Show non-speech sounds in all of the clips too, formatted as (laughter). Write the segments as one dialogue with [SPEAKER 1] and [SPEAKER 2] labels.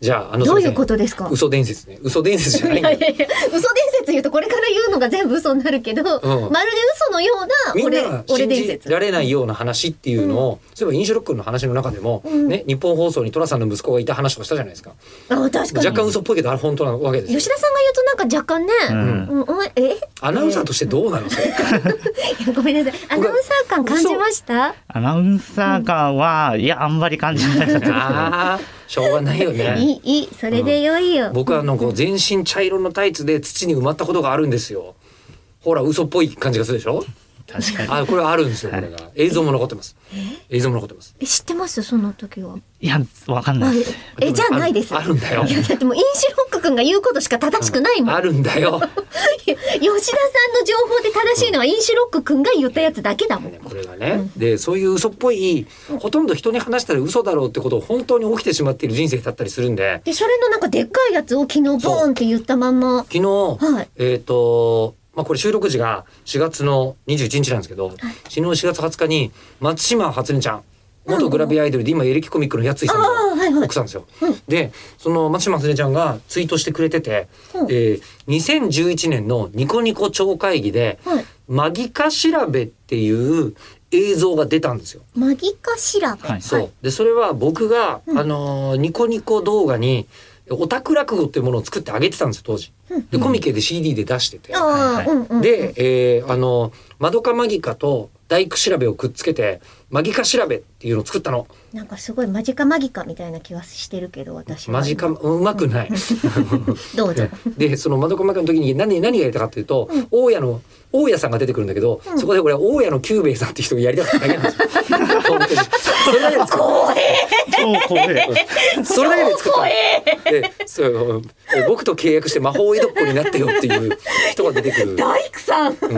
[SPEAKER 1] じゃあ、あの、
[SPEAKER 2] どうい
[SPEAKER 1] す
[SPEAKER 2] う
[SPEAKER 1] ません
[SPEAKER 2] ことですか
[SPEAKER 1] 嘘伝説ね。嘘伝説じゃないいんだ
[SPEAKER 2] や
[SPEAKER 1] よ
[SPEAKER 2] いやいや嘘伝説言うとこれから言うのが全部嘘になるけど、
[SPEAKER 1] ん
[SPEAKER 2] まるで嘘のような
[SPEAKER 1] みん
[SPEAKER 2] 俺
[SPEAKER 1] な
[SPEAKER 2] 俺
[SPEAKER 1] 信
[SPEAKER 2] 伝
[SPEAKER 1] じ
[SPEAKER 2] 説
[SPEAKER 1] られないような話っていうのを、そういえば飲酒ロックンの話の中でも、
[SPEAKER 2] うん
[SPEAKER 1] ね、日本放送に寅さんの息子がいた話とかしたじゃないですか。
[SPEAKER 2] あ確かに
[SPEAKER 1] 若干嘘っぽいけど、あれ本当なわけですよ
[SPEAKER 2] 吉田さんが言うとなんか若干ね、
[SPEAKER 3] うん
[SPEAKER 2] うんお前え (laughs)
[SPEAKER 1] アナウンサーとしてどうなのそれ
[SPEAKER 2] いやごめんなさいアナウンサー感感じました
[SPEAKER 3] アナウンサー感は、いや、あんまり感じないです (laughs) けど。
[SPEAKER 1] (laughs) ああ、しょうがないよね。
[SPEAKER 2] いいいいそれで良いよ、
[SPEAKER 1] 僕はあのこう全身茶色のタイツで土に埋まったことがあるんですよ。ほら嘘っぽい感じがするでしょ。
[SPEAKER 3] 確かに。
[SPEAKER 1] あこれあるんですよこれが。映像も残ってます。映像も残ってます。
[SPEAKER 2] え知ってますその時はい
[SPEAKER 3] や、わかんないです。
[SPEAKER 2] えじゃあないです
[SPEAKER 1] あるんだよ
[SPEAKER 2] い。やだってもう飲酒ロック君が言うことしか正しくないもん、
[SPEAKER 1] あるんだよ。
[SPEAKER 2] いや吉田さんの情報で正しいのは飲酒ロック君が言ったやつだけだもん、
[SPEAKER 1] これがね、でそういう嘘っぽいほとんど人に話したら嘘だろうってことを本当に起きてしまっている人生だったりするんで
[SPEAKER 2] でそれのなんかでっかいやつを昨日ボーンって言ったまんま
[SPEAKER 1] 昨日、
[SPEAKER 2] はい
[SPEAKER 1] えっ、とまあこれ収録時が4月の21日なんですけど、昨日4月20日に松島初音ちゃん元グラビアアイドルで今エレキコミックのやついさん
[SPEAKER 2] ああはいは
[SPEAKER 1] の
[SPEAKER 2] い
[SPEAKER 1] 奥さんですよ。
[SPEAKER 2] うん
[SPEAKER 1] でその松島初音ちゃんがツイートしてくれてて、
[SPEAKER 2] うん
[SPEAKER 1] えー2011年のニコニコ超会議で
[SPEAKER 2] はい
[SPEAKER 1] 「マギカ調べ」っていう映像が出たんですよ。
[SPEAKER 2] マギカ調べ、
[SPEAKER 3] はい
[SPEAKER 1] そう、でそれは僕が、あのーニコニコ動画にオタク落語っていうものを作ってあげてたんですよ当時。
[SPEAKER 2] うん
[SPEAKER 1] でコミケで CD で出してて。
[SPEAKER 2] ああ、うんうん
[SPEAKER 1] で、えーあの「まどかマギカ」と「大工調べ」をくっつけて「マギカ調べ」っていうのを作ったの。
[SPEAKER 2] なんかすごいマジカマギカみたいな気はしてるけど私は
[SPEAKER 1] マジかうまくない。
[SPEAKER 2] どうぞ
[SPEAKER 1] (laughs) でその「まどかマギカ」の時に何何がやりたかっていうと、大家の大家さんが出てくるんだけど、そこで俺は大家の久兵衛さんっていう人がやりたかっただけなんですよ。本当にそれだけです
[SPEAKER 3] 超怖い。
[SPEAKER 1] (laughs) それだけで作ったの。で、そう、え僕と契約して魔法江戸っ子になってよっていう人が出てく (laughs) る。
[SPEAKER 2] 大工さん
[SPEAKER 1] うん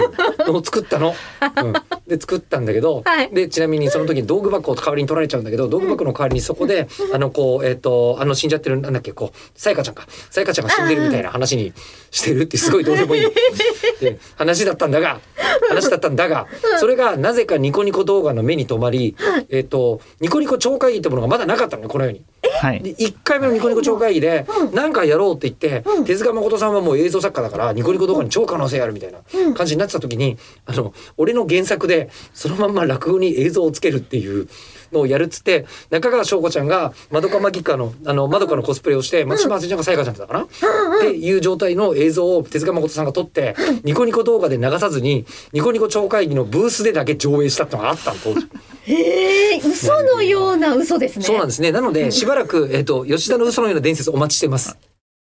[SPEAKER 1] のを作ったの。うん、で作ったんだけど、
[SPEAKER 2] はい
[SPEAKER 1] でちなみにその時に道具箱を代わりに取られちゃうんだけど道具箱の代わりにそこで、あのこうえっ、とあの死んじゃってるなんだっけこうさやかちゃんかさやかちゃんが死んでるみたいな話にしてるってすごいどうでもいい (laughs) で話だったんだが話だったんだがそれがなぜかニコニコ動画の目に留まり、えっ、とニコニコ超会議ってものがまだなかったのよこのように。
[SPEAKER 3] はい。
[SPEAKER 1] で1回目のニコニコ超会議で何かやろうって言って、手塚誠さんはもう映像作家だからニコニコ動画に超可能性あるみたいな感じになってた時にあの俺の原作でそのまんま落語に映像をつけるっていうのをやるっつって中川翔子ちゃんがまどかマギカのあのまどかのコスプレをして松島敦ちゃんがさやかちゃんだったかな、っていう状態の映像を手塚誠さんが撮ってニコニコ動画で流さずにニコニコ超会議のブースでだけ上映したってのがあったの当時。
[SPEAKER 2] えー、嘘のような嘘ですね
[SPEAKER 1] そうなんですね。なので、しばらく、えっと、吉田の嘘のような伝説お待ちしてます。